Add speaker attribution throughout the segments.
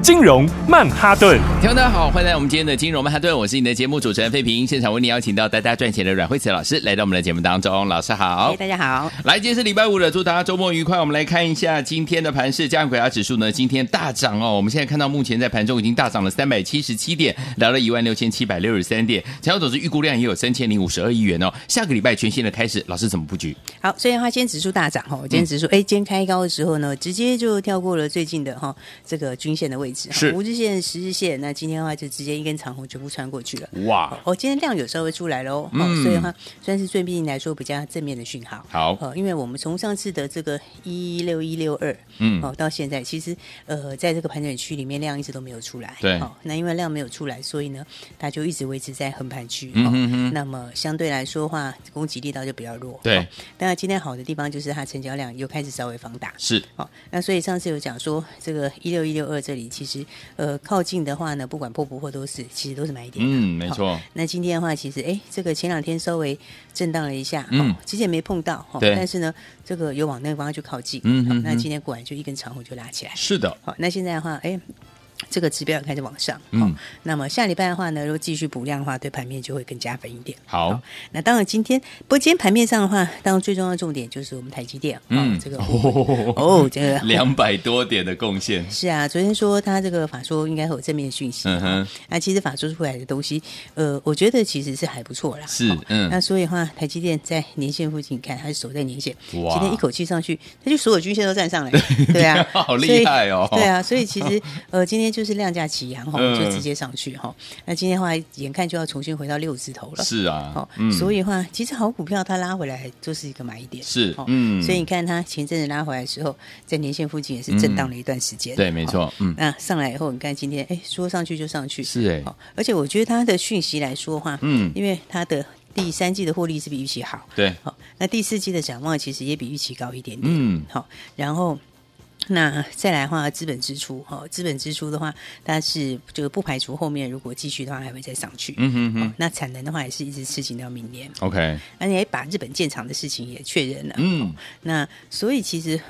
Speaker 1: 金融曼哈顿。
Speaker 2: 听众大家好，欢迎来到我们今天的金融曼哈顿，我是你的节目主持人费平。现场为你邀请到带大家赚钱的阮慧慈老师来到我们的节目当中，老师好
Speaker 3: 哎，。大家好。
Speaker 2: 来，今天是礼拜五了，祝大家周末愉快。我们来看一下今天的盘市，加权股价指数呢，今天大涨哦。我们现在看到目前在盘中已经大涨了三百七十七点，来到一万六千七百六十三点，成交总值预估量也有三千零五十二亿元哦。下个礼拜全新的开始，老师怎么布局？
Speaker 3: 好，所以的话，今天指数大涨
Speaker 2: 嗯
Speaker 3: 哦，今天指数哎、今天开高的时候呢，直接就跳过了最近的哈、这个均线的位置，
Speaker 2: 是
Speaker 3: 五日线、十日线，那今天的话就直接一根长红全部穿过去了。
Speaker 2: 哇
Speaker 3: 哦，今天量有稍微出来了哦，
Speaker 2: 嗯
Speaker 3: 所以的话算是最近来说比较正面的讯号。
Speaker 2: 好
Speaker 3: 哦，因为我们从上次的这个一六一六二，
Speaker 2: 嗯
Speaker 3: 哦，到现在其实呃，在这个盘整区里面量一直都没有出来，
Speaker 2: 对
Speaker 3: 哦，那因为量没有出来，所以呢，它就一直维持在横盘区，哦
Speaker 2: 嗯哼哼
Speaker 3: 那么相对来说的话，攻击力道就比较弱，
Speaker 2: 对
Speaker 3: 哦当然今天好的地方就是它成交量又开始稍微放大，
Speaker 2: 是
Speaker 3: 好，那所以上次有讲说，这个一六一六二这里其实呃靠近的话呢，不管破不破都是，其实都是买点。
Speaker 2: 嗯没错
Speaker 3: 好那今天的话，其实哎，这个前两天稍微震荡了一下，
Speaker 2: 嗯
Speaker 3: 嗯，其实也没碰到，哦
Speaker 2: 对
Speaker 3: 但是呢，这个有往那个方向去靠近，
Speaker 2: 嗯
Speaker 3: 好
Speaker 2: 嗯
Speaker 3: 那
Speaker 2: 嗯
Speaker 3: 今天果然就一根长红就拉起来。
Speaker 2: 是的，
Speaker 3: 好，那现在的话，哎。这个指标也开始往上，
Speaker 2: 嗯
Speaker 3: 好那么下礼拜的话呢，如果继续补量的话，对盘面就会更加分一点。
Speaker 2: 好，
Speaker 3: 那当然，今天不过今天盘面上的话，当然最重要的重点就是我们台积电，嗯，
Speaker 2: 嗯
Speaker 3: 这个
Speaker 2: 哦，
Speaker 3: 哦，这个
Speaker 2: 两百多点的贡献，
Speaker 3: 是啊，昨天说他这个法说应该会有正面讯息，
Speaker 2: 嗯哼，
Speaker 3: 那其实法说出来的东西，呃，我觉得其实是还不错啦。
Speaker 2: 是
Speaker 3: 哦
Speaker 2: 嗯
Speaker 3: 那所以的话，台积电在年线附近，你看它是守在年线，今
Speaker 2: 哇
Speaker 3: 天一口气上去，它就所有均线都 站上来，对啊，
Speaker 2: 好厉
Speaker 3: 所以
Speaker 2: 害哦
Speaker 3: 对啊，所以其 实呃，今天就是量价齐扬哈，
Speaker 2: 嗯
Speaker 3: 就直接上去哈。那今天的话，眼看就要重新回到六字头了，
Speaker 2: 是啊，
Speaker 3: 哦，
Speaker 2: 嗯
Speaker 3: 所以的话，其实好股票它拉回来就是一个买点，
Speaker 2: 是
Speaker 3: 哦
Speaker 2: 嗯
Speaker 3: 所以你看它前阵子拉回来的时候，在年线附近也是震荡了一段时间，
Speaker 2: 对，没
Speaker 3: 哦。
Speaker 2: 错，嗯，
Speaker 3: 那上来以后，你看今天，哎，说上去就上去，
Speaker 2: 是哎
Speaker 3: 哦而且我觉得它的讯息来说的话，
Speaker 2: 嗯
Speaker 3: 因为它的第三季的获利是比预期好，
Speaker 2: 对，
Speaker 3: 好、那第四季的展望其实也比预期高一点点，
Speaker 2: 嗯，
Speaker 3: 好、然后。那再来的话，资本支出哈、哦，资本支出的话，它是这个不排除后面如果继续的话，还会再上去。
Speaker 2: 嗯哼
Speaker 3: 哦
Speaker 2: 哼
Speaker 3: 那产能的话也是一直吃紧到明年，
Speaker 2: ，OK，
Speaker 3: 而且也把日本建厂的事情也确认了。哦
Speaker 2: 嗯，
Speaker 3: 那所以其实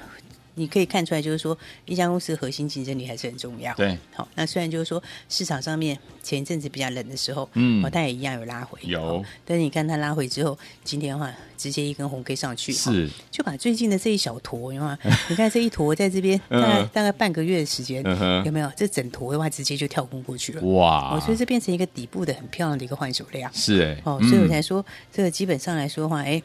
Speaker 3: 你可以看出来，就是说一家公司核心竞争力还是很重要。
Speaker 2: 对，
Speaker 3: 好、那虽然就是说市场上面前一阵子比较冷的时候，
Speaker 2: 嗯
Speaker 3: 哦，它也一样有拉回，
Speaker 2: 有
Speaker 3: 哦但是你看它拉回之后，今天的话直接一根红 K 上去，哦
Speaker 2: 是，
Speaker 3: 就把最近的这一小坨，有 没有你看这一坨在这边大概
Speaker 2: 嗯
Speaker 3: 大概半个月的时间
Speaker 2: 嗯，哼
Speaker 3: 有没有？这整坨的话直接就跳空过去了。
Speaker 2: 哇
Speaker 3: 哦，，所以这变成一个底部的很漂亮的一个换手量。
Speaker 2: 是哎，
Speaker 3: 哦，所以我
Speaker 2: 嗯
Speaker 3: 才说，这个基本上来说的话，哎，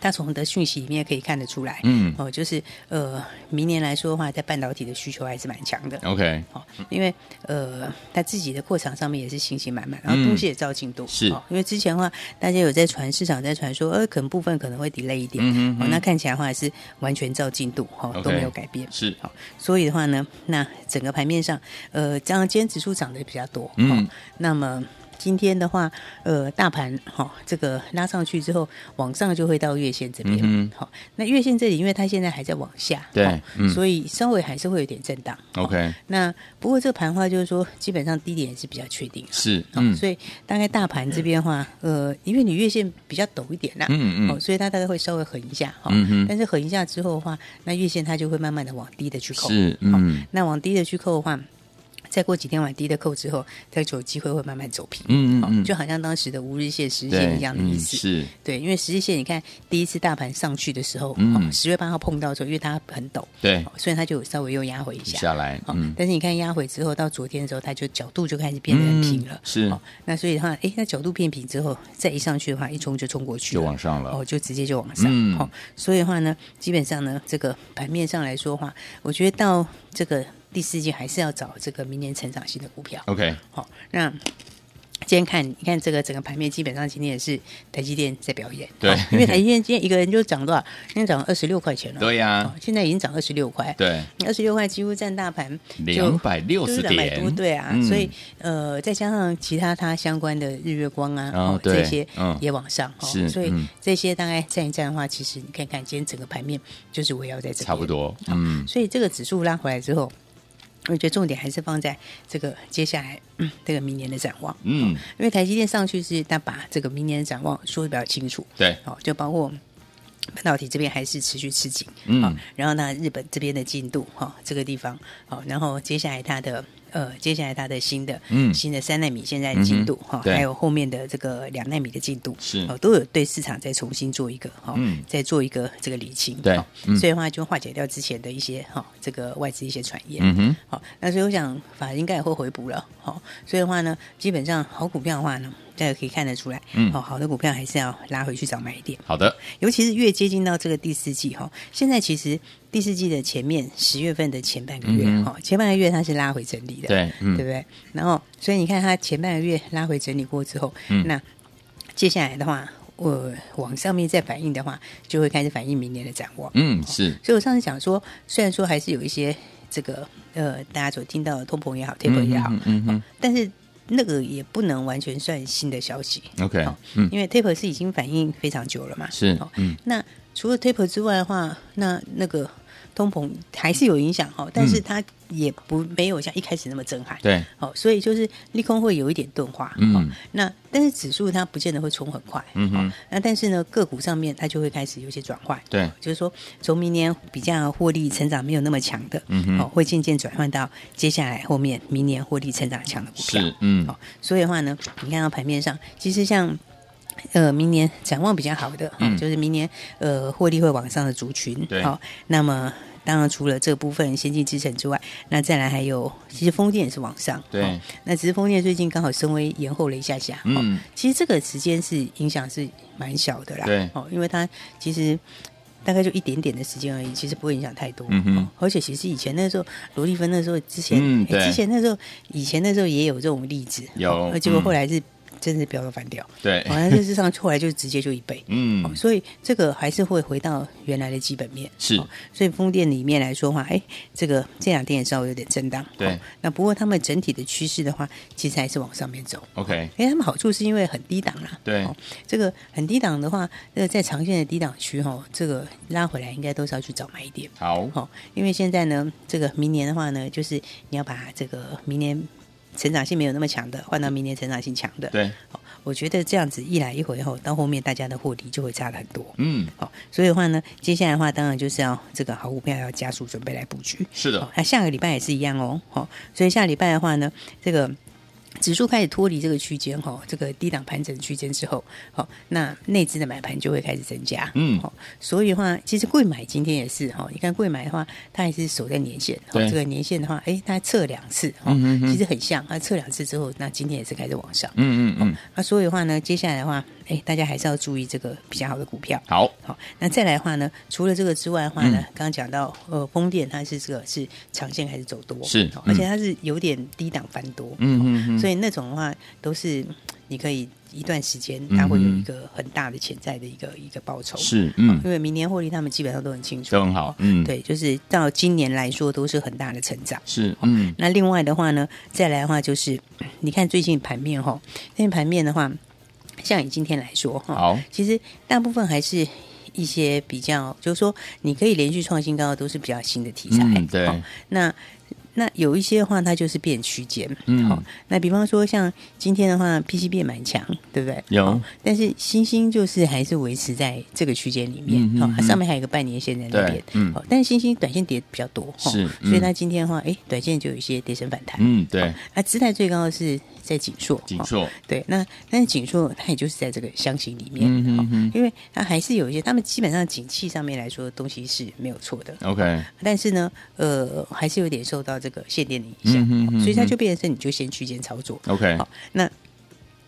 Speaker 3: 它从我们的讯息里面可以看得出来，
Speaker 2: 嗯
Speaker 3: 哦，就是呃，明年来说的话，在半导体的需求还是蛮强的。
Speaker 2: ，OK，
Speaker 3: 哦，因为呃，他自己的扩厂上面也是信心满满，然后
Speaker 2: 嗯
Speaker 3: 东西也照进度。
Speaker 2: 是
Speaker 3: 哦，因为之前的话，大家有在传市场在传说，呃，可能部分可能会 delay 一点。
Speaker 2: 嗯哼
Speaker 3: 哦
Speaker 2: 哼，
Speaker 3: 那看起来的话还是完全照进度，哦，都
Speaker 2: OK
Speaker 3: 没有改变。
Speaker 2: 是
Speaker 3: 好，所以的话呢，那整个盘面上，呃，这样今天指数涨得比较多，
Speaker 2: 嗯
Speaker 3: 哦，那么。今天的话，呃，大盘哈、哦，这个拉上去之后，往上就会到月线这边。
Speaker 2: 嗯
Speaker 3: 好、那月线这里，因为它现在还在往下，
Speaker 2: 对
Speaker 3: 哦
Speaker 2: 嗯
Speaker 3: 所以稍微还是会有点震荡。哦
Speaker 2: ，OK，
Speaker 3: 那不过这个盘的话，就是说基本上低点也是比较确定了。
Speaker 2: 是，
Speaker 3: 哦
Speaker 2: 嗯，
Speaker 3: 所以大概大盘这边的话，呃，因为你月线比较陡一点啦、
Speaker 2: 嗯嗯
Speaker 3: 哦，所以它大概会稍微横一下哈、哦
Speaker 2: 嗯哼
Speaker 3: 但是横一下之后的话，那月线它就会慢慢的往低的去扣，
Speaker 2: 是，嗯，
Speaker 3: 那往低的去扣的话，再过几天往低的扣之后，它就有机会会慢慢走平，
Speaker 2: 嗯嗯
Speaker 3: 哦
Speaker 2: 嗯
Speaker 3: 就好像当时的五日线、十日
Speaker 2: 对，
Speaker 3: 线一样的意
Speaker 2: 嗯
Speaker 3: 思，
Speaker 2: 是，
Speaker 3: 对，因为十日线你看第一次大盘上去的时候，哦
Speaker 2: 嗯
Speaker 3: 十、0月八号碰到的时候，因为它很陡，
Speaker 2: 对
Speaker 3: 哦，所以它就有稍微又压回一下，
Speaker 2: 下来，
Speaker 3: 哦
Speaker 2: 嗯，
Speaker 3: 但是你看压回之后，到昨天的时候，它就角度就开始变得很平了
Speaker 2: 嗯。是
Speaker 3: 哦，那所以的话，哎，那角度变平之后，再一上去的话，一冲就冲过去了，
Speaker 2: 就往上了
Speaker 3: 哦，就直接就往上。
Speaker 2: 嗯
Speaker 3: 哦，所以的话呢，基本上呢，这个盘面上来说的话，我觉得到这个第四季还是要找这个明年成长型的股票。哦
Speaker 2: ，OK，
Speaker 3: 好、那今天看，你看这个整个盘面，基本上今天也是台积电在表演，
Speaker 2: 对
Speaker 3: 哦因为台积电今天一个人就涨多少？今天涨二十六块钱了，
Speaker 2: 对呀
Speaker 3: 哦现在已经涨二十六块，
Speaker 2: 对，
Speaker 3: 二十六块几乎占大盘就
Speaker 2: 260
Speaker 3: 就是200多
Speaker 2: 点
Speaker 3: 对啊，
Speaker 2: 嗯
Speaker 3: 所以呃，再加上其他它相关的日月光啊，
Speaker 2: 哦对
Speaker 3: 这些
Speaker 2: 嗯
Speaker 3: 也往上，哦
Speaker 2: 是
Speaker 3: 所以
Speaker 2: 嗯
Speaker 3: 这些大概站一站的话，其实你看看今天整个盘面就是围绕在这边
Speaker 2: 差不多，嗯，
Speaker 3: 所以这个指数拉回来之后，我觉得重点还是放在这个接下来、嗯这个明年的展望。
Speaker 2: 嗯，
Speaker 3: 因为台积电上去是它把这个明年的展望说的比较清楚，
Speaker 2: 对，
Speaker 3: 哦，就包括半导体这边还是持续吃紧，
Speaker 2: 嗯
Speaker 3: 哦然后呢，日本这边的进度哈、哦，这个地方，哦，然后接下来它的呃，接下来它的新的
Speaker 2: 嗯
Speaker 3: 新的三纳米现在的进度哈、
Speaker 2: 嗯哼对
Speaker 3: 还有后面的这个两纳米的进度
Speaker 2: 是
Speaker 3: 哦，都有对市场再重新做一个哈、哦
Speaker 2: 嗯
Speaker 3: 再做一个这个理清，
Speaker 2: 对
Speaker 3: 哦
Speaker 2: 嗯
Speaker 3: 所以的话就化解掉之前的一些哈、哦这个外资一些传言，
Speaker 2: 嗯哼，
Speaker 3: 好、那所以我想法应该也会回补了，好、所以的话呢，基本上好股票的话呢，大家可以看得出来，哦
Speaker 2: 嗯
Speaker 3: 好、好的股票还是要拉回去找买点，
Speaker 2: 好的，
Speaker 3: 尤其是越接近到这个第四季哈、现在其实第四季的前面十月份的前半个月
Speaker 2: 嗯哼
Speaker 3: 哈、前半个月它是拉回整理的，
Speaker 2: 对，嗯
Speaker 3: 对，不对？然后，所以你看它前半个月拉回整理过之后，
Speaker 2: 嗯
Speaker 3: 那接下来的话，我、往上面再反映的话，就会开始反映明年的展望，哦
Speaker 2: 嗯，是，
Speaker 3: 所以我上次讲说，虽然说还是有一些这个呃，大家所听到的通膨也好，taper 也好，
Speaker 2: 嗯嗯嗯
Speaker 3: 但是那个也不能完全算新的消息，
Speaker 2: 嗯，OK，
Speaker 3: 好
Speaker 2: 嗯，
Speaker 3: 因为 taper 是已经反应非常久了嘛。
Speaker 2: 是
Speaker 3: 哦，
Speaker 2: 嗯，
Speaker 3: 那除了 taper 之外的话，那那个通膨还是有影响哦，但是它也不没有像一开始那么震撼。
Speaker 2: 嗯对，
Speaker 3: 哦，所以就是利空会有一点钝化，
Speaker 2: 嗯
Speaker 3: 哦那但是指数它不见得会冲很快，
Speaker 2: 嗯哼
Speaker 3: 哦那但是呢个股上面它就会开始有一些转换，
Speaker 2: 对
Speaker 3: 哦就是说从明年比较获利成长没有那么强的，
Speaker 2: 嗯哼
Speaker 3: 哦，会渐渐转换到接下来后面明年获利成长强的股票，
Speaker 2: 是，嗯
Speaker 3: 哦，所以的话呢，你看到盘面上，其实像。呃，明年展望比较好的，哦
Speaker 2: 嗯
Speaker 3: 就是明年呃获利会往上的族群，
Speaker 2: 对
Speaker 3: 好、那么当然除了这部分先进制程之外，那再来还有，其实风电也是往上，
Speaker 2: 对
Speaker 3: 哦那只是风电最近刚好升威延后了一下下，哦
Speaker 2: 嗯
Speaker 3: 其实这个时间是影响是蛮小的啦，
Speaker 2: 对
Speaker 3: 哦，因为它其实大概就一点点的时间而已，其实不会影响太多，
Speaker 2: 嗯哼
Speaker 3: 哦而且其实以前那时候罗丽芬那时候之前，
Speaker 2: 嗯
Speaker 3: 哎
Speaker 2: 对
Speaker 3: 之前那时候以前那时候也有这种例子，
Speaker 2: 有
Speaker 3: 哦而结果
Speaker 2: 嗯
Speaker 3: 后来是真是飙到翻掉，
Speaker 2: 对，
Speaker 3: 好像事实上后来就直接就一倍，
Speaker 2: 嗯
Speaker 3: 哦，，所以这个还是会回到原来的基本面。
Speaker 2: 是
Speaker 3: 哦所以风电里面来说的话，哎，这个这两天也稍微有点震荡。
Speaker 2: 对
Speaker 3: 哦那不过他们整体的趋势的话，其实还是往上面走。
Speaker 2: ，OK，
Speaker 3: 哎，他们好处是因为很低档啦。
Speaker 2: 对
Speaker 3: 哦，这个很低档的话，这个在长线的低档区哦，这个拉回来应该都是要去找买点。
Speaker 2: 好，
Speaker 3: 哦，因为现在呢，这个明年的话呢，就是你要把这个明年成长性没有那么强的，换到明年成长性强的。
Speaker 2: 对，
Speaker 3: 哦，我觉得这样子一来一回后，到后面大家的获利就会差得很多。
Speaker 2: 嗯，
Speaker 3: 好、所以的话呢，接下来的话当然就是要这个好股票要加速准备来布局。
Speaker 2: 是
Speaker 3: 哦
Speaker 2: 的，，
Speaker 3: 那下个礼拜也是一样哦。好、所以下礼拜的话呢，这个指数开始脱离这个区间哈、哦，这个低档盘整区间之后，好、那内资的买盘就会开始增加。
Speaker 2: 嗯
Speaker 3: 好、所以的话，其实贵买今天也是哈、哦，你看贵买的话，它也是守在年线。
Speaker 2: 对
Speaker 3: 这个年线的话，哎，它测两次，哦、
Speaker 2: 嗯哼哼
Speaker 3: 其实很像。它测两次之后，那今天也是开始往上。
Speaker 2: 嗯嗯嗯，
Speaker 3: 那所以的话呢，接下来的话，哎，大家还是要注意这个比较好的股票。
Speaker 2: 好，
Speaker 3: 好，那再来的话呢，除了这个之外的话呢，
Speaker 2: 嗯
Speaker 3: 刚刚讲到呃，风电它是这个是长线还是走多，
Speaker 2: 是
Speaker 3: 好
Speaker 2: 嗯
Speaker 3: 而且它是有点低档翻多，
Speaker 2: 嗯
Speaker 3: 好
Speaker 2: 嗯嗯
Speaker 3: 所以那种的话都是你可以一段时间它会有一个很大的潜在的一个一个报酬，
Speaker 2: 嗯是，嗯，
Speaker 3: 因为明年获利他们基本上都很清楚，
Speaker 2: 都很好嗯
Speaker 3: 对，就是到今年来说都是很大的成长。
Speaker 2: 是，嗯，
Speaker 3: 那另外的话呢，再来的话就是，你看最近盘面哈，最近盘面的话，像以今天来说哈，
Speaker 2: 好，
Speaker 3: 其实大部分还是一些比较，就是说你可以连续创新高的都是比较新的题材，
Speaker 2: 嗯，对，
Speaker 3: 好那那有一些的话，它就是变区间，
Speaker 2: 嗯
Speaker 3: 好那比方说像今天的话，PCB 也蛮强，对不对？
Speaker 2: 有
Speaker 3: 好但是星星就是还是维持在这个区间里面，
Speaker 2: 嗯
Speaker 3: 好、
Speaker 2: 嗯
Speaker 3: 它上面还有一个半年线在那边
Speaker 2: 对，嗯
Speaker 3: 好但是星星短线跌比较多，哦
Speaker 2: 是嗯
Speaker 3: 所以它今天的话，哎，短线就有一些跌升反弹，
Speaker 2: 嗯，对，
Speaker 3: 那姿态最高的是在锦硕，
Speaker 2: 紧
Speaker 3: 哦
Speaker 2: 硕，
Speaker 3: 对，那但是锦硕它也就是在这个箱型里面，
Speaker 2: 嗯哼
Speaker 3: 好
Speaker 2: 哼
Speaker 3: 因为它还是有一些，他们基本上景气上面来说东西是没有错的，
Speaker 2: ，OK，
Speaker 3: 但是呢，呃，还是有点受到这个限电的影响，
Speaker 2: 嗯哼嗯哼哦
Speaker 3: 所以它就变成是你就先区间操作。
Speaker 2: OK，
Speaker 3: 好，那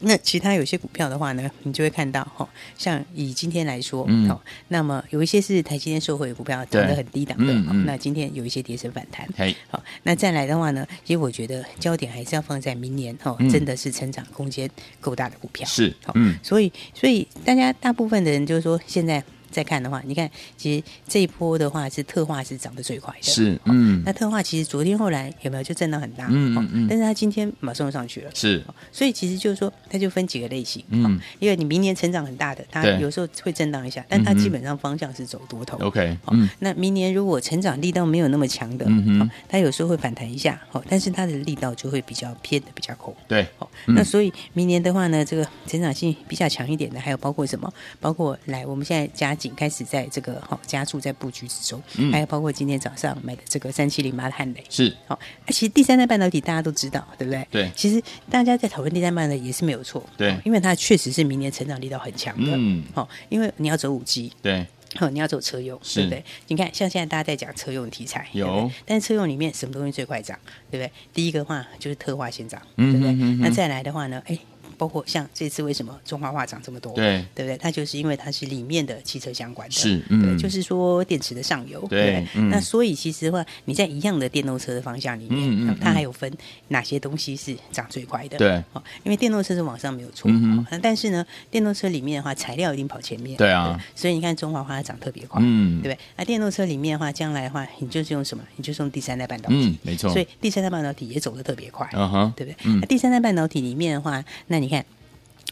Speaker 3: 那其他有些股票的话呢，你就会看到哈、哦，像以今天来说，
Speaker 2: 嗯
Speaker 3: 哦，那么有一些是台积电受惠的股票，
Speaker 2: 对
Speaker 3: 涨得很低档的、
Speaker 2: 嗯
Speaker 3: 哦
Speaker 2: 嗯
Speaker 3: 那今天有一些跌升反弹。
Speaker 2: 嘿，
Speaker 3: 好，那再来的话呢，其实我觉得焦点还是要放在明年哦，
Speaker 2: 嗯
Speaker 3: 真的是成长空间够大的股票。
Speaker 2: 是
Speaker 3: 好，
Speaker 2: 嗯
Speaker 3: 所以所以大家大部分的人就是说，现在在看的话，你看其实这一波的话是特化是涨得最快的，
Speaker 2: 是，嗯
Speaker 3: 那特化其实昨天后来有没有就震荡很大？
Speaker 2: 嗯嗯
Speaker 3: 哦
Speaker 2: 嗯
Speaker 3: 但是它今天马上又上去了。
Speaker 2: 是，
Speaker 3: 哦所以其实就是说，它就分几个类型，
Speaker 2: 嗯
Speaker 3: 嗯，因为你明年成长很大的，它
Speaker 2: 对嗯
Speaker 3: 有时候会震荡一下，但它基本上方向是走多头。
Speaker 2: OK，
Speaker 3: 好
Speaker 2: 嗯
Speaker 3: 那明年如果成长力道没有那么强的，
Speaker 2: 嗯哼
Speaker 3: 好它有时候会反弹一下，好，但是它的力道就会比较偏的比较空。
Speaker 2: 对，
Speaker 3: 好，
Speaker 2: 嗯
Speaker 3: 那所以明年的话呢，这个成长性比较强一点的，还有包括什么？包括来，我们现在加紧开始在这个好、加速在布局之中，
Speaker 2: 嗯
Speaker 3: 还有包括今天早上买的这个三七零八的汉雷。
Speaker 2: 是，
Speaker 3: 好、那其实第三代半导体大家都知道，对不对？
Speaker 2: 对
Speaker 3: 其实大家在讨论第三代半导体也是没有错，
Speaker 2: 对
Speaker 3: 哦因为它确实是明年成长力道很强的。
Speaker 2: 嗯
Speaker 3: 好、因为你要走五 G，
Speaker 2: 对，
Speaker 3: 好、哦你要走车用，
Speaker 2: 是
Speaker 3: 对不对？你看，像现在大家在讲车用题材，
Speaker 2: 有
Speaker 3: 对不对但是车用里面什么东西最快涨，对不对？第一个话就是特化先涨，
Speaker 2: 嗯
Speaker 3: 对不对？
Speaker 2: 哼嗯哼
Speaker 3: 那再来的话呢，哎，包括像这次为什么中华化涨这么多，
Speaker 2: 对
Speaker 3: 对不对？它就是因为它是里面的汽车相关的，
Speaker 2: 是嗯
Speaker 3: 对，就是说电池的上游，
Speaker 2: 对
Speaker 3: 不对？
Speaker 2: 嗯
Speaker 3: 那所以其实的话，你在一样的电动车的方向里面，哦
Speaker 2: 嗯嗯嗯
Speaker 3: 它还有分哪些东西是涨最快的，
Speaker 2: 对
Speaker 3: 哦，因为电动车是往上没有错，
Speaker 2: 嗯哼
Speaker 3: 哦那但是呢，电动车里面的话，材料一定跑前面，
Speaker 2: 对啊
Speaker 3: 所以你看中华化它涨特别快，
Speaker 2: 嗯，
Speaker 3: 对不对？那电动车里面的话，将来的话，你就是用什么？你就是用第三代半导体
Speaker 2: 嗯，，没错，
Speaker 3: 所以第三代半导体也走得特别快，
Speaker 2: 嗯哼，
Speaker 3: 对不对？
Speaker 2: 嗯
Speaker 3: 那第三代半导体里面的话，那你看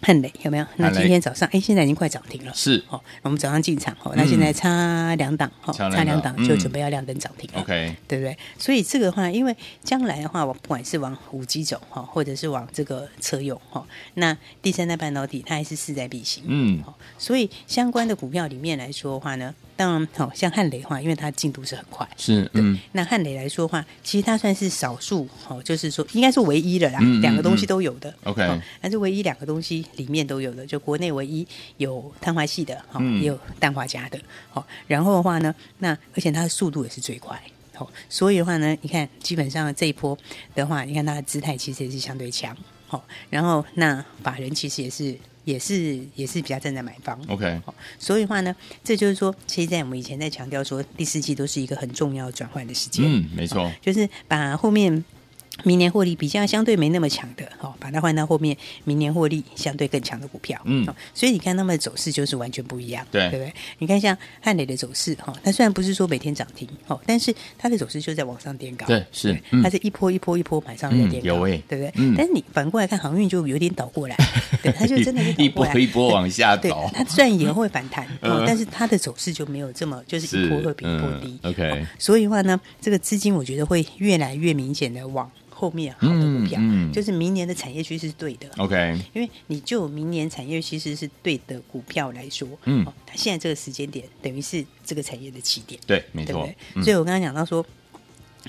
Speaker 3: 汉磊有没有？那
Speaker 2: 汉磊
Speaker 3: 今天早上，哎，现在已经快涨停了。
Speaker 2: 是
Speaker 3: 哦，我们早上进场哦，那现在差两档哦，
Speaker 2: 差两档
Speaker 3: 差两档
Speaker 2: 嗯
Speaker 3: 就准备要亮灯涨停了。
Speaker 2: OK，
Speaker 3: 对不对？所以这个的话，因为将来的话，我不管是往五 G 走哈，或者是往这个车用哈，那第三代半导体它还是势在必行。
Speaker 2: 嗯
Speaker 3: 好，哦所以相关的股票里面来说的话呢，当然好、像汉雷的话，因为它进度是很快。
Speaker 2: 是，嗯，
Speaker 3: 那汉雷来说的话，其实它算是少数哦，就是说应该是唯一的啦，
Speaker 2: 嗯嗯
Speaker 3: 两个东西
Speaker 2: 嗯
Speaker 3: 都有的。
Speaker 2: OK
Speaker 3: 哦但是唯一两个东西里面都有的，就国内唯一有碳化系的，哦，
Speaker 2: 嗯
Speaker 3: 也有氮化镓的。哦，然后的话呢，那而且它的速度也是最快。哦，所以的话呢，你看基本上这一波的话，你看它的姿态其实也是相对强。哦，然后那法人其实也是也是也是比较站在买方。
Speaker 2: OK，
Speaker 3: 哦所以的话呢，这就是说，其实在我们以前在强调说，第四季都是一个很重要转换的时间，
Speaker 2: 嗯，没错，
Speaker 3: 就是把后面。明年获利比较相对没那么强的，哦，把它换到后面明年获利相对更强的股票，
Speaker 2: 嗯
Speaker 3: 哦所以你看他们的走势就是完全不一样，
Speaker 2: 对
Speaker 3: 对不对？你看像汉磊的走势，哈、哦，它虽然不是说每天涨停，哦，但是它的走势就在往上颠高，
Speaker 2: 对，是，
Speaker 3: 它
Speaker 2: 嗯，
Speaker 3: 是一波一波一波买上来的
Speaker 2: 嗯
Speaker 3: 点、
Speaker 2: 有欸
Speaker 3: 对不对？
Speaker 2: 嗯
Speaker 3: 但是你反过来看航运就有点倒 过来，对，它就真的是倒
Speaker 2: 一
Speaker 3: 过
Speaker 2: 波
Speaker 3: 来
Speaker 2: 一波往下
Speaker 3: 对
Speaker 2: 倒，，
Speaker 3: 它虽然也会反弹，哦
Speaker 2: 嗯，
Speaker 3: 但是它的走势就没有这么就是
Speaker 2: 是
Speaker 3: 一波会比一波低。
Speaker 2: 嗯，OK
Speaker 3: 哦所以的话呢，这个资金我觉得会越来越明显的往后面好的股票，
Speaker 2: 嗯嗯哦
Speaker 3: 就是明年的产业趋势是对的。
Speaker 2: OK，
Speaker 3: 因为你就有明年产业趋势是对的股票来说，
Speaker 2: 嗯
Speaker 3: 哦，它现在这个时间点等于是这个产业的起点，
Speaker 2: 对，没
Speaker 3: 对不
Speaker 2: 错
Speaker 3: 对，？
Speaker 2: 嗯
Speaker 3: 所以我刚刚讲到说，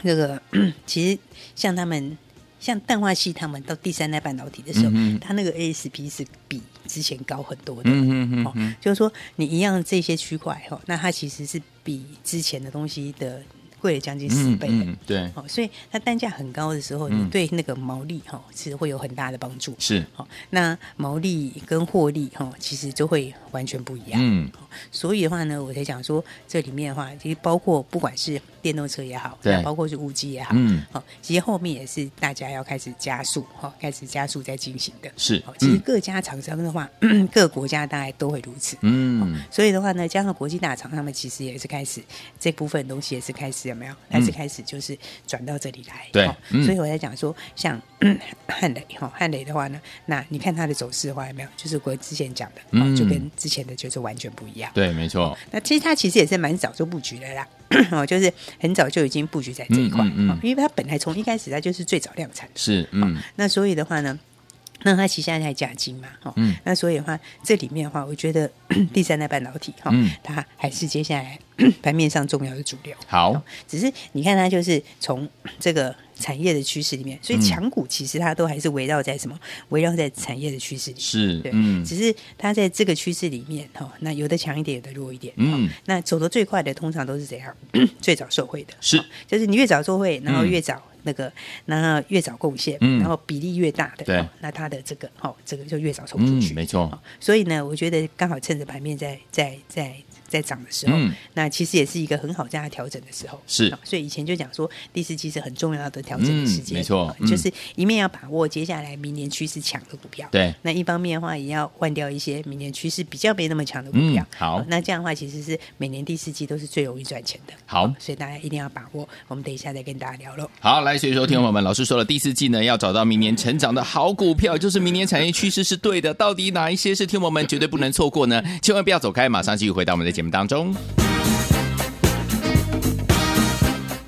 Speaker 3: 这个 其实像他们。像氮化系他们到第三代半导体的时候，
Speaker 2: 嗯哼
Speaker 3: 它那个 ASP 是比之前高很多的。
Speaker 2: 嗯哼嗯
Speaker 3: 哦
Speaker 2: 哼，
Speaker 3: 就是说你一样这些区块哦，那它其实是比之前的东西的贵了将近四
Speaker 2: 嗯
Speaker 3: 倍的。
Speaker 2: 嗯，对，
Speaker 3: 哦，所以它单价很高的时候，
Speaker 2: 嗯
Speaker 3: 你对那个毛利哈、哦，其实会有很大的帮助。
Speaker 2: 是，
Speaker 3: 哦，那毛利跟获利哈、哦，其实就会完全不一样。
Speaker 2: 嗯，
Speaker 3: 所以的话呢，我才讲说这里面的话，其实包括不管是电动车也好，
Speaker 2: 对
Speaker 3: 那包括是五 G 也好，
Speaker 2: 嗯，
Speaker 3: 好、其实后面也是大家要开始加速哈、哦，开始加速在进行的。
Speaker 2: 是
Speaker 3: 哦，其实
Speaker 2: 嗯
Speaker 3: 各家厂商的话， 各国家大概都会如此。
Speaker 2: 嗯，
Speaker 3: 所以的话呢，加上国际大厂，他们其实也是开始这部分东西也是开始有没有？还是开始就是转到这里来。
Speaker 2: 嗯
Speaker 3: 哦
Speaker 2: 对嗯
Speaker 3: 所以我在讲说，像 汉磊哈，汉磊的话呢，那你看它的走势的话，有没有？就是我之前讲的，
Speaker 2: 嗯
Speaker 3: 哦，就跟之前的就是完全不一样。
Speaker 2: 对，没错，
Speaker 3: 那其实它其实也是蛮早就布局的啦， 哦，就是很早就已经布局在这一块，
Speaker 2: 嗯嗯嗯
Speaker 3: 哦因为它本来从一开始它就是最早量产的。
Speaker 2: 是，嗯，
Speaker 3: 那所以的话呢， 那它旗下在加金嘛，哈、
Speaker 2: 嗯
Speaker 3: 那所以的话，这里面的话，我觉得 第三代半导体哈、
Speaker 2: 嗯
Speaker 3: 它还是接下来 盘面上重要的主流。
Speaker 2: 好，
Speaker 3: 只是你看它就是从这个产业的趋势里面，
Speaker 2: 嗯
Speaker 3: 所以强股其实它都还是围绕在什么？围绕在产业的趋势里面。
Speaker 2: 是
Speaker 3: 对，，
Speaker 2: 嗯，
Speaker 3: 只是它在这个趋势里面哈、那有的强一点，有的弱一点。
Speaker 2: 嗯
Speaker 3: 哦 那走得最快的通常都是怎样？最早受惠的
Speaker 2: 是
Speaker 3: 哦就是你越早受惠，然后越早那个，那越早贡献，
Speaker 2: 嗯
Speaker 3: 然后比例越大的，
Speaker 2: 对
Speaker 3: 哦那它的这个哦，这个就越早冲出
Speaker 2: 嗯
Speaker 3: 去，，
Speaker 2: 没错
Speaker 3: 哦，所以呢，我觉得刚好趁着盘面在在在在涨的时候，
Speaker 2: 嗯
Speaker 3: 那其实也是一个很好让它调整的时候。
Speaker 2: 是
Speaker 3: 哦所以以前就讲说，第四季是很重要的调整的时间，
Speaker 2: 嗯没错
Speaker 3: 哦
Speaker 2: 嗯
Speaker 3: 就是一面要把握接下来明年趋势强的股票，
Speaker 2: 对
Speaker 3: 那一方面的话，也要换掉一些明年趋势比较没那么强的股票。
Speaker 2: 嗯好
Speaker 3: 哦那这样的话其实是每年第四季都是最容易赚钱的，
Speaker 2: 好。
Speaker 3: 所以大家一定要把握。我们等一下再跟大家聊喽。
Speaker 2: 好，来，所以说，听众朋友们，老师说了，第四季呢要找到明年成长的好股票，就是明年产业趋势是对的，到底哪一些是听众朋友们绝对不能错过呢？千万不要走开，马上继续回到我们的节目当中。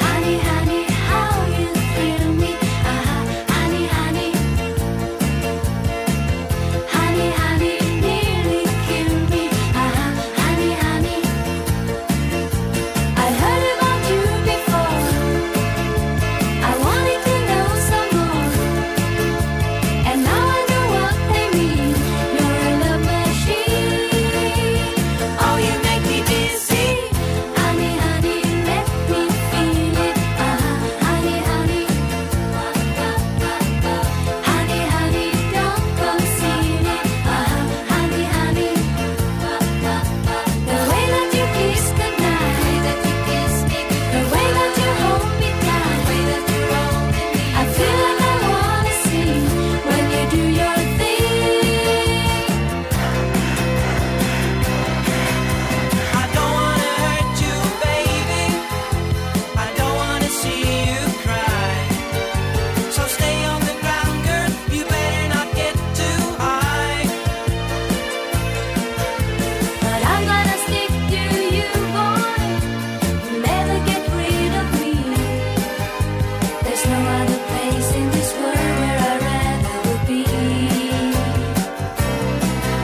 Speaker 4: Honey, honey, how you thrill me? Aha, honey, honey. Honey, honey, nearly kill me. Aha, honey, honey. I heard about you before. I wanted to know some more, and now I know what they mean. You're a love Oh, Uh-huh. Uh-huh. Uh-huh.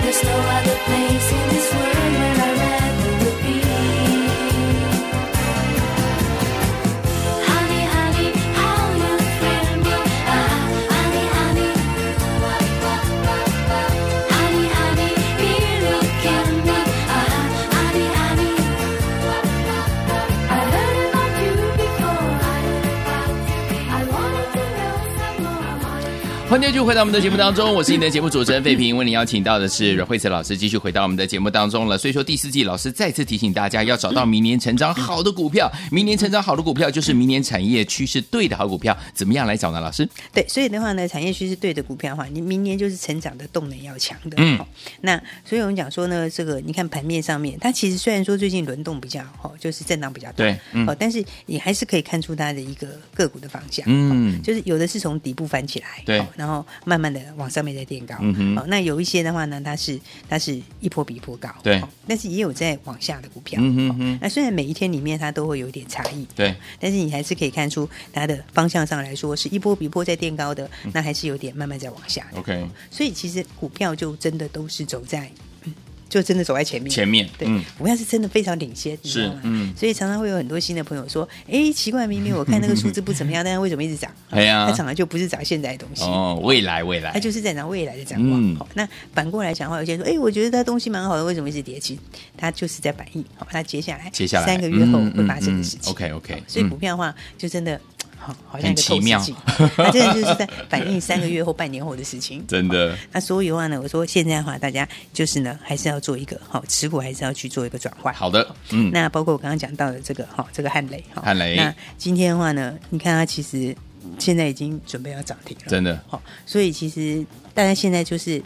Speaker 4: There's no other place in this world where I'd rather be. Honey, honey, how you thrill me. Ah, honey, honey. Honey, honey, will you kill me? Ah, honey, honey. I heard about you before. I wanted to know some more.
Speaker 2: 欢迎继续回到我们的节目当中，我是你的节目主持人费平，为你邀请到的是阮慧慈老师，继续回到我们的节目当中了。所以说第四季，老师再次提醒大家要找到明年成长好的股票，明年成长好的股票就是明年产业趋势对的好股票，怎么样来找呢？老师，
Speaker 3: 对，所以的话呢，产业趋势对的股票的话，你明年就是成长的动能要强的。
Speaker 2: 嗯
Speaker 3: 哦，那所以我们讲说呢，这个你看盘面上面，它其实虽然说最近轮动比较好、哦，就是震荡比较大，
Speaker 2: 对嗯
Speaker 3: 哦，但是你还是可以看出它的一个个股的方向。
Speaker 2: 嗯
Speaker 3: 就是有的是从底部翻起来，
Speaker 2: 对
Speaker 3: 哦然后慢慢的往上面再垫高，
Speaker 2: 嗯哼
Speaker 3: 哦，那有一些的话呢，它是它是一波比一波高，
Speaker 2: 对
Speaker 3: 哦但是也有在往下的股票，
Speaker 2: 嗯哼
Speaker 3: 哦
Speaker 2: 哼
Speaker 3: 那虽然每一天里面它都会有一点差异，
Speaker 2: 对，
Speaker 3: 但是你还是可以看出它的方向上来说是一波比一波在垫高的，那还是有点慢慢在往下
Speaker 2: 嗯
Speaker 3: 的。
Speaker 2: OK
Speaker 3: 所以其实股票就真的都是走在，嗯就真的走在前面。
Speaker 2: 前面
Speaker 3: 对
Speaker 2: 嗯，
Speaker 3: 股票是真的非常领先，你知道
Speaker 2: 是
Speaker 3: 吗？
Speaker 2: 嗯
Speaker 3: 所以常常会有很多新的朋友说，哎，奇怪，明明我看那个数字不怎么 样，但是为什么一直涨？
Speaker 2: 哎呀
Speaker 3: 它涨的就不是涨现在的东西。
Speaker 2: 哦，未来未来
Speaker 3: 它，就是在讲未来的展望。
Speaker 2: 嗯
Speaker 3: 好那反过来讲的话，有些人说，哎，我觉得它东西蛮好的，为什么一直跌？其实它就是在反映，好，它接下来
Speaker 2: 接下来
Speaker 3: 三个月后
Speaker 2: 嗯
Speaker 3: 会发生的
Speaker 2: 嗯
Speaker 3: 事
Speaker 2: 嗯
Speaker 3: 情。
Speaker 2: OK，OK，
Speaker 3: 好所以
Speaker 2: 嗯
Speaker 3: 股票的话就真的。好，好像一
Speaker 2: 很
Speaker 3: 个
Speaker 2: 奇
Speaker 3: 透视
Speaker 2: 妙
Speaker 3: 镜，它真的就是在反映三个月后、半年后的事情。
Speaker 2: 真的
Speaker 3: 那所以的话呢，我说现在的话，大家就是呢，还是要做一个好持股，还是要去做一个转换。
Speaker 2: 好的，嗯，
Speaker 3: 那包括我刚刚讲到的这个哈，这个汉雷哈，
Speaker 2: 汉雷
Speaker 3: 那今天的话呢，你看它其实现在已经准备要涨停了，
Speaker 2: 真的
Speaker 3: 好，所以其实大家现在就是，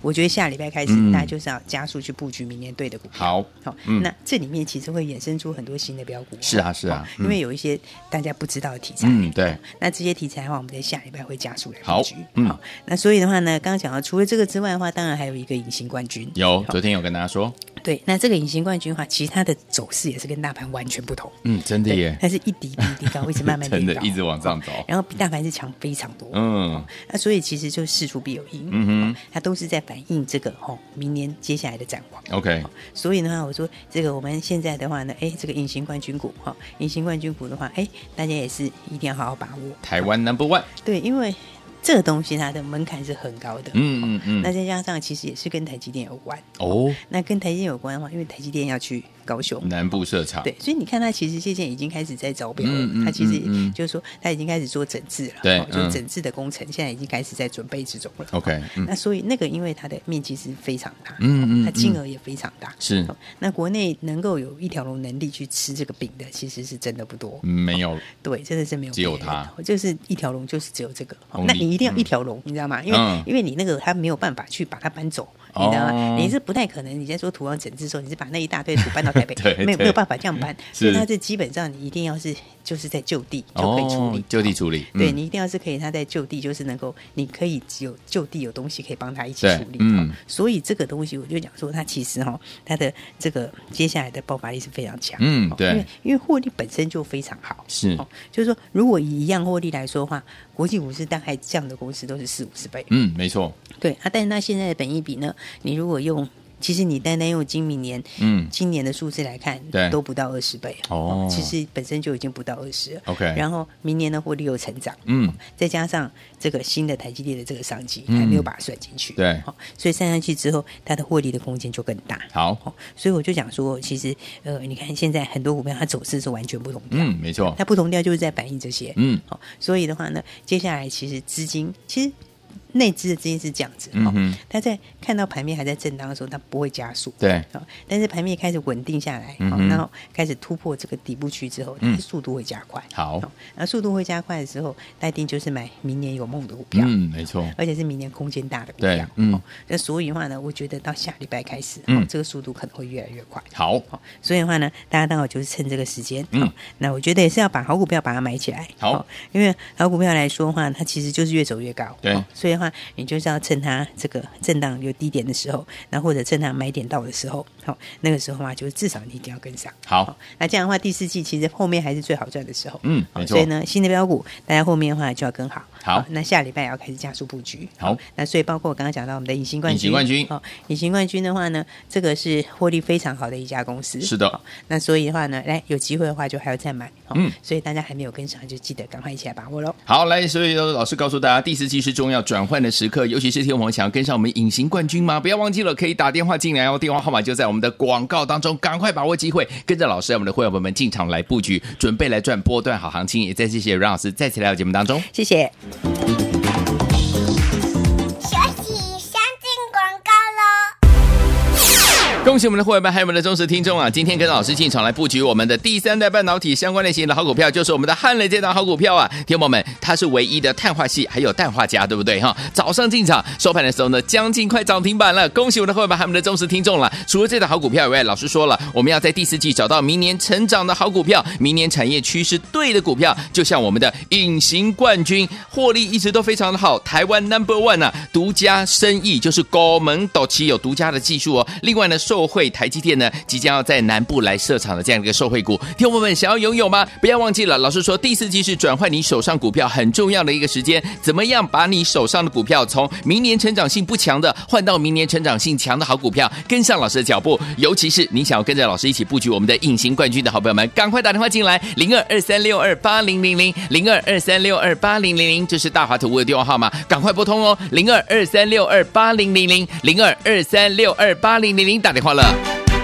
Speaker 3: 我觉得下礼拜开始，
Speaker 2: 嗯
Speaker 3: 大家就是要加速去布局明年对的股票。
Speaker 2: 好，
Speaker 3: 好，
Speaker 2: 嗯
Speaker 3: 那这里面其实会衍生出很多新的标股哦。
Speaker 2: 是啊是啊
Speaker 3: 好
Speaker 2: 嗯
Speaker 3: 因为有一些大家不知道的题材。
Speaker 2: 嗯，对，
Speaker 3: 那这些题材的话，我们在下礼拜会加速来
Speaker 2: 好
Speaker 3: 布局。
Speaker 2: 嗯
Speaker 3: 好，那所以的话呢，刚刚讲到，除了这个之外的话，当然还有一个隐形冠军。
Speaker 2: 有，
Speaker 3: 好
Speaker 2: 昨天有跟大家说，
Speaker 3: 对，那这个隐形冠军的话，其实它的走势也是跟大盘完全不同。
Speaker 2: 嗯，真的耶，
Speaker 3: 它是一底比一底高，一直慢慢
Speaker 2: 真的
Speaker 3: 垫高
Speaker 2: 一直往上走
Speaker 3: 然后比大盘是强非常多。
Speaker 2: 嗯，
Speaker 3: 那所以其实就事出必有因，
Speaker 2: 嗯哼
Speaker 3: 哦它都是在反映这个哦，明年接下来的展望。
Speaker 2: OK
Speaker 3: 哦所以的话，我说这个我们现在的话呢，哎，这个隐形冠军股哈，哦隐形冠军股的话，哎，大家也是一定要好好把握，
Speaker 2: 台湾 Number One，
Speaker 3: 对，因为这个东西它的门槛是很高的，哦
Speaker 2: 嗯嗯
Speaker 3: 那
Speaker 2: 嗯，
Speaker 3: 再加上其实也是跟台积电有关，
Speaker 2: 哦，
Speaker 3: 那跟台积电有关的话，因为台积电要去高雄，
Speaker 2: 南部设厂，
Speaker 3: 对，所以你看，他其实现在已经开始在招标了。
Speaker 2: 嗯嗯
Speaker 3: 他其实
Speaker 2: 嗯嗯
Speaker 3: 就是说，他已经开始做整治了，
Speaker 2: 对
Speaker 3: 哦就是
Speaker 2: 嗯
Speaker 3: 整治的工程现在已经开始在准备之中了。
Speaker 2: ，OK，嗯
Speaker 3: 那所以那个，因为它的面积是非常大，
Speaker 2: 嗯嗯
Speaker 3: 它金
Speaker 2: 嗯
Speaker 3: 额也非常大，
Speaker 2: 是
Speaker 3: 哦。那国内能够有一条龙能力去吃这个饼的，其实是真的不多，
Speaker 2: 嗯没有，
Speaker 3: 对，真的是没有
Speaker 2: 只有
Speaker 3: 别人
Speaker 2: 它，
Speaker 3: 哦就是一条龙，就是只有这个。哦
Speaker 2: Only，
Speaker 3: 那你一定要
Speaker 2: 嗯
Speaker 3: 一条龙，你知道吗？因为、
Speaker 2: 嗯
Speaker 3: 因为你那个它没有办法去把它搬走。你知道
Speaker 2: 哦
Speaker 3: 吗？你是不太可能，你在做土壤整治的时候，你是把那一大堆土搬到台 北
Speaker 2: 对，
Speaker 3: 没有
Speaker 2: 对
Speaker 3: 没有办法这样搬。
Speaker 2: 是
Speaker 3: 所以它这基本上你一定要是就是在就地就可以处理，
Speaker 2: 哦就地处理
Speaker 3: 对
Speaker 2: 嗯
Speaker 3: 你一定要是可以，它在就地就是能够，你可以只有就地有东西可以帮他一起
Speaker 2: 对
Speaker 3: 处理。
Speaker 2: 嗯
Speaker 3: 哦所以这个东西我就讲说，它其实哈，它的这个接下来的爆发力是非常强。
Speaker 2: 嗯
Speaker 3: 哦
Speaker 2: 对
Speaker 3: 因为因为获利本身就非常好。
Speaker 2: 是
Speaker 3: 哦，就是说，如果以一样获利来说的话，国际股市大概这样的公司都是四五十倍，
Speaker 2: 嗯，没错，
Speaker 3: 对啊。但是它现在的本益比呢，你如果用，其实你单单用今明年，
Speaker 2: 嗯
Speaker 3: 今年的数字来看，
Speaker 2: 对
Speaker 3: 都不到二十倍啊
Speaker 2: 哦
Speaker 3: 其实本身就已经不到二十
Speaker 2: OK
Speaker 3: 然后明年的获利又成长，哦
Speaker 2: 嗯，
Speaker 3: 再加上这个新的台积电的这个商机，
Speaker 2: 嗯
Speaker 3: 还没有把它算进去，
Speaker 2: 对
Speaker 3: 哦，所以算上去之后，它的获利的空间就更大。
Speaker 2: 好，
Speaker 3: 哦，所以我就讲说，其实呃，你看现在很多股票它走势是完全不同的，
Speaker 2: 嗯，没错
Speaker 3: 它，不同调就是在反映这些。
Speaker 2: 嗯，
Speaker 3: 好、所以的话呢，接下来其实资金其实。内资的资金是这样子，
Speaker 2: 嗯
Speaker 3: 哦
Speaker 2: 哼，
Speaker 3: 它在看到盘面还在震荡的时候，它不会加速，
Speaker 2: 对
Speaker 3: 哦，但是盘面开始稳定下来，
Speaker 2: 嗯
Speaker 3: 哦
Speaker 2: 哼
Speaker 3: 然后开始突破这个底部区之后，它
Speaker 2: 嗯
Speaker 3: 的速度会加快，
Speaker 2: 好
Speaker 3: 哦，那速度会加快的时候，那一定就是买明年有梦的股票，
Speaker 2: 嗯，没错，
Speaker 3: 而且是明年空间大的股
Speaker 2: 对
Speaker 3: 票，
Speaker 2: 嗯
Speaker 3: 哦，那所以的话呢，我觉得到下礼拜开始，
Speaker 2: 嗯
Speaker 3: 哦，这个速度可能会越来越快，
Speaker 2: 好，
Speaker 3: 哦，所以的话呢，大家刚好就是趁这个时间，
Speaker 2: 嗯
Speaker 3: 哦，那我觉得也是要把好股票把它买起来，
Speaker 2: 好
Speaker 3: 哦因为好股票来说的话，它其实就是越走越高，
Speaker 2: 对
Speaker 3: 哦所以的话话，你就是要趁它这个震荡有低点的时候，然后或者趁它买点到的时候，好、那个时候啊，就是至少你一定要跟上。
Speaker 2: 好，
Speaker 3: 那这样的话，第四季其实后面还是最好赚的时候。
Speaker 2: 嗯
Speaker 3: 好
Speaker 2: 没错
Speaker 3: 所以呢，新的标股，大家后面的话就要跟好。
Speaker 2: 好
Speaker 3: 那下礼拜也要开始加速布局。
Speaker 2: 好
Speaker 3: 那所以包括我刚刚讲到我们的隐形冠军，
Speaker 2: 隐形冠军
Speaker 3: 哦，隐形冠军的话呢，这个是获利非常好的一家公司。
Speaker 2: 是的
Speaker 3: 好那所以的话呢，来有机会的话就还要再买。哦
Speaker 2: 嗯，
Speaker 3: 所以大家还没有跟上，就记得赶快一起来把握喽。
Speaker 2: 好，来，所以老师告诉大家，第四季是重要转换的时刻，尤其是天王想要跟上我们隐形冠军吗？不要忘记了，可以打电话进来哦，电话号码就在我们的广告当中，赶快把握机会，跟着老师，我们的会员朋友们进场来布局，准备来赚波段好行情。也再谢谢阮老师再次来到节目当中。
Speaker 3: 谢谢。
Speaker 5: 学习先进广告喽。
Speaker 2: 恭喜我们的会员们，还有我们的忠实听众啊！今天跟老师进场来布局我们的第三代半导体相关类型的好股票，就是我们的汉雷这档好股票啊！听众朋友们，它是唯一的碳化系还有氮化镓，对不对哈？早上进场收盘的时候呢，将近快涨停板了。恭喜我们的会员们，还有我们的忠实听众了。除了这档好股票以外，老师说了，我们要在第四季找到明年成长的好股票，明年产业趋势对的股票，就像我们的隐形冠军，获利一直都非常的好，台湾 number one 啊，独家生意就是高门斗旗有独家的技术哦。另外呢，受惠台积电呢即将要在南部来设厂的这样一个受惠股，听众朋友们想要拥有吗？不要忘记了，老师说第四季是转换你手上股票很重要的一个时间，怎么样把你手上的股票从明年成长性不强的换到明年成长性强的好股票，跟上老师的脚步。尤其是你想要跟着老师一起布局我们的隐形冠军的好朋友们，赶快打电话进来，零二二三六二八零零零零二二三六二八零零零，这是大华图的电话号码，赶快拨通哦，零二二三六二八零零零零二二三六二八零零零打电话了。